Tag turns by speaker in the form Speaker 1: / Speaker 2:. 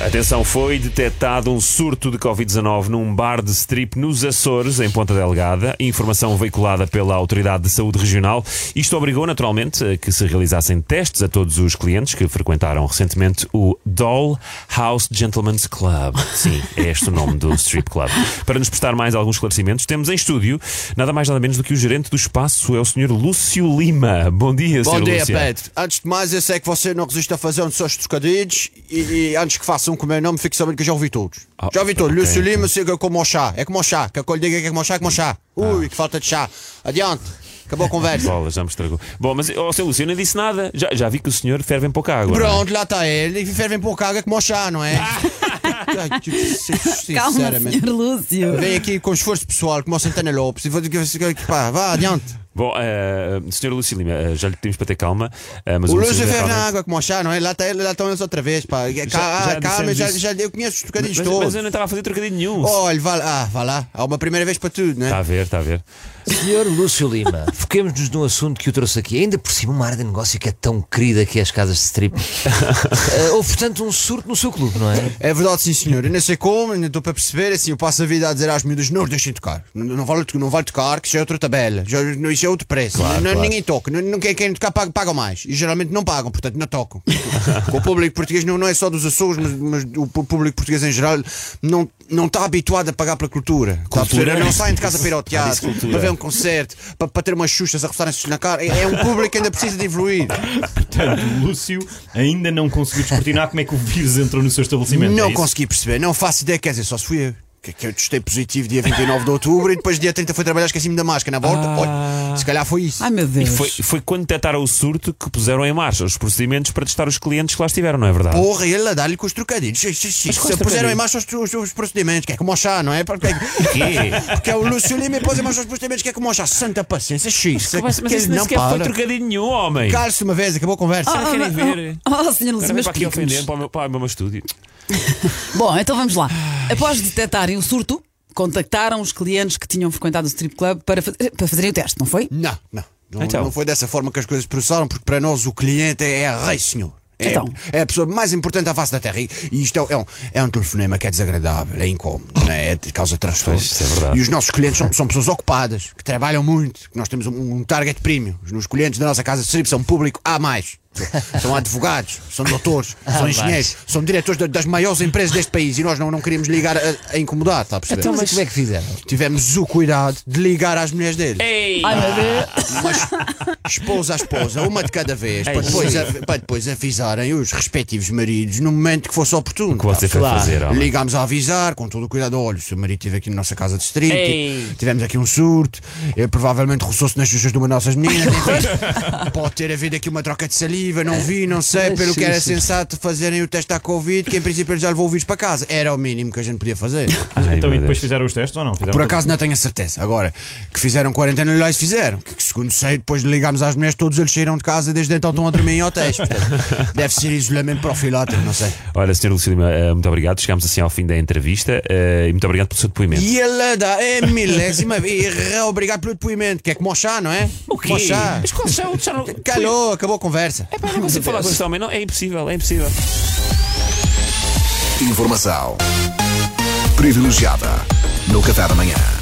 Speaker 1: Atenção, foi detectado um surto de Covid-19 num bar de strip nos Açores, em Ponta Delgada. Informação veiculada pela Autoridade de Saúde Regional. Isto obrigou, naturalmente, a que se realizassem testes a todos os clientes que frequentaram recentemente o Doll House Gentlemen's Club. Sim, é este o nome do strip club. Para nos prestar mais alguns esclarecimentos, temos em estúdio nada mais nada menos do que o gerente do espaço, é o Sr. Lúcio Lima. Bom dia,
Speaker 2: Bom
Speaker 1: Sr.
Speaker 2: dia,
Speaker 1: Lúcio.
Speaker 2: Pedro. Antes de mais, eu sei que você não resiste a fazer uns seus trocadilhos e, e antes que façam com o meu nome, fique sabendo que eu já ouvi todos.
Speaker 1: Ah,
Speaker 2: já ouvi todos.
Speaker 1: ok.
Speaker 2: Lúcio Lima siga como o chá. É como o chá. Que eu lhe diga que é como o chá, é como o chá.
Speaker 1: Ah.
Speaker 2: Ui, que falta de chá. Adiante. Acabou a conversa.
Speaker 1: Bola, já me estragou. Bom, mas ó, Sr. Lúcio, eu não disse nada. Já, já vi que o senhor ferve em pouca água. não é?
Speaker 2: Pronto, lá está ele. E fervem por carga como o chá, não é? Ai, tu-
Speaker 3: Calma,
Speaker 2: Sinceramente.
Speaker 3: Sr. Lúcio.
Speaker 2: Vem aqui com esforço pessoal, como o Santana Lopes, e vou dizer que pá, vá adiante.
Speaker 1: Bom, eh, Sr. Lúcio Lima, eh, já lhe pedimos para ter calma. eh, mas
Speaker 2: O
Speaker 1: o
Speaker 2: Lúcio
Speaker 1: Lúcio
Speaker 2: ferve na
Speaker 1: realmente-
Speaker 2: água, como achar, não é? Lá está ele, lá estão eles outra vez, pá.
Speaker 1: já
Speaker 2: Calma, calma,
Speaker 1: dissemos
Speaker 2: já,
Speaker 1: isso.
Speaker 2: já, eu conheço
Speaker 1: mas,
Speaker 2: os trocadilhos
Speaker 1: mas
Speaker 2: todos.
Speaker 1: eu não estava a fazer trocadilho nenhum. Está
Speaker 2: Olha, vá lá, ah, vá lá. Há uma primeira vez para tudo, né?
Speaker 1: a ver, está a ver.
Speaker 4: Senhor Lúcio Lima, foquemos-nos num assunto que eu trouxe aqui, ainda por cima uma área de negócio que é tão querida que é as casas de strip. Eh, houve, portanto, um surto no seu clube, não é?
Speaker 2: É verdade, sim, senhor. Eu não sei como, ainda estou para perceber. Assim, eu passo a vida a dizer às miúdas: não os deixem tocar. Não, não, vale, não vale tocar, que isso é outra tabela. Já, não, isso é outro preço. não,
Speaker 1: claro.
Speaker 2: Ninguém toca. Não, não quem- quem tocar paga, pagam mais. E geralmente não pagam, portanto não tocam. Porque o público português não, não é só dos Açores, mas, mas o pu- público português em geral não, não está habituado a pagar pela cultura. Está a perceber?
Speaker 1: Cultura?
Speaker 2: Não saem de casa para ir ao
Speaker 1: Ah, disse
Speaker 2: teatro,
Speaker 1: cultura.
Speaker 2: para ver um concerto, para, para ter umas xuxas a roçarem-se na cara. É, é um público que ainda precisa de evoluir.
Speaker 5: Portanto, o Lúcio ainda não conseguiu descortinar como é que o vírus entrou no seu estabelecimento. é
Speaker 2: Não
Speaker 5: isso?
Speaker 2: consegui perceber, não faço ideia, quer dizer, só se fui eu. Que, que eu testei positivo dia 29 de outubro e depois dia 30 fui trabalhar, esqueci-me da máscara na
Speaker 5: Ah.
Speaker 2: volta. Olha, se calhar foi isso.
Speaker 3: Ai, meu
Speaker 1: E
Speaker 3: Deus.
Speaker 1: foi, foi quando detectaram o surto que puseram em marcha os procedimentos para testar os clientes que lá estiveram, não é verdade?
Speaker 2: Porra, ele a dar-lhe com os trocadilhos. Se, se, se, se puseram em marcha os, os, os procedimentos, que é como o chá, não é? Porque, porque é o Lúcio Lima e pôs em marcha os procedimentos, que é como o chá. Santa paciência, X.
Speaker 1: Mas, é mas
Speaker 2: que
Speaker 1: isso
Speaker 2: ele
Speaker 1: nem
Speaker 2: não
Speaker 1: sequer foi
Speaker 2: para.
Speaker 1: trocadilho nenhum, homem.
Speaker 2: Cale-se uma vez, acabou a conversa.
Speaker 3: Ah,
Speaker 1: querem
Speaker 3: ah,
Speaker 1: ver?
Speaker 3: ah, ah, Sr. Lúcio,
Speaker 1: Agora vem
Speaker 3: mas
Speaker 1: para aqui ofender,
Speaker 3: explique-nos.
Speaker 1: para o meu, para o meu estúdio.
Speaker 3: Bom, então vamos lá. Após detectarem o surto, contactaram os clientes que tinham frequentado o strip club para, fa- para fazerem o teste, não foi?
Speaker 2: Não, não. Não,
Speaker 1: Então.
Speaker 2: não foi dessa forma que as coisas processaram, porque para nós o cliente é, é rei, senhor. É,
Speaker 3: Então.
Speaker 2: é a pessoa mais importante à face da Terra. E e isto é, é um, é um telefonema que é desagradável, é incómodo, não é? É de causa transtorno.
Speaker 1: Pois, isso é verdade.
Speaker 2: E os nossos clientes são, são pessoas ocupadas, que trabalham muito, que nós temos um, um target premium. Os nos clientes da nossa casa de strip são público a mais. São advogados, são doutores, são engenheiros, são diretores da- das maiores empresas deste país e nós não, não queríamos ligar a, a incomodar, está a perceber?
Speaker 4: Então, mas como é que fizeram?
Speaker 2: Tivemos o cuidado de ligar às mulheres dele
Speaker 1: Ei!
Speaker 3: Ai, meu Deus.
Speaker 2: esposa a esposa, uma de cada vez,
Speaker 1: É
Speaker 2: para depois,
Speaker 1: isso.
Speaker 2: av- para depois avisarem os respectivos maridos no momento que fosse oportuno.
Speaker 1: que você
Speaker 2: Tá?
Speaker 1: foi fazer, homem?
Speaker 2: Ligámos a avisar, com todo o cuidado. Olha, o seu marido esteve aqui na nossa casa de strip,
Speaker 1: Ei.
Speaker 2: tivemos aqui um surto, ele provavelmente roçou-se nas xuxas de uma nossas meninas. enfim. Pode ter havido aqui uma troca de saliva, não vi, não sei, pelo que era sensato fazerem o teste à Covid, que em princípio ele já levou o vírus para casa. Era o mínimo que a gente podia fazer.
Speaker 1: Ai,
Speaker 5: Então,
Speaker 1: meu
Speaker 5: e
Speaker 1: Deus.
Speaker 5: depois fizeram os testes ou não? Fizeram
Speaker 2: Por
Speaker 5: tudo?
Speaker 2: acaso não tenho a certeza. Agora, que fizeram quarentena, aliás, fizeram. Que, que segundo sei, depois de ligarmos às mulheres, todos eles saíram de casa e desde então estão a dormir em hotéis. Portanto, deve ser isolamento profilático, não sei.
Speaker 1: Olha, Sr. Lúcio Lima, eh, muito obrigado. Chegámos assim ao fim da entrevista eh, e muito obrigado pelo seu depoimento.
Speaker 2: E ela dá é milésima e obrigado pelo depoimento, que é como o chá, não é?
Speaker 1: O quê?
Speaker 2: Como chá.
Speaker 1: Mas qual chá? O chá não-
Speaker 2: Calou, acabou a conversa.
Speaker 1: É Pá, não consigo falar com este homem, não, é impossível, é impossível.
Speaker 6: Informação privilegiada no Café da Manhã.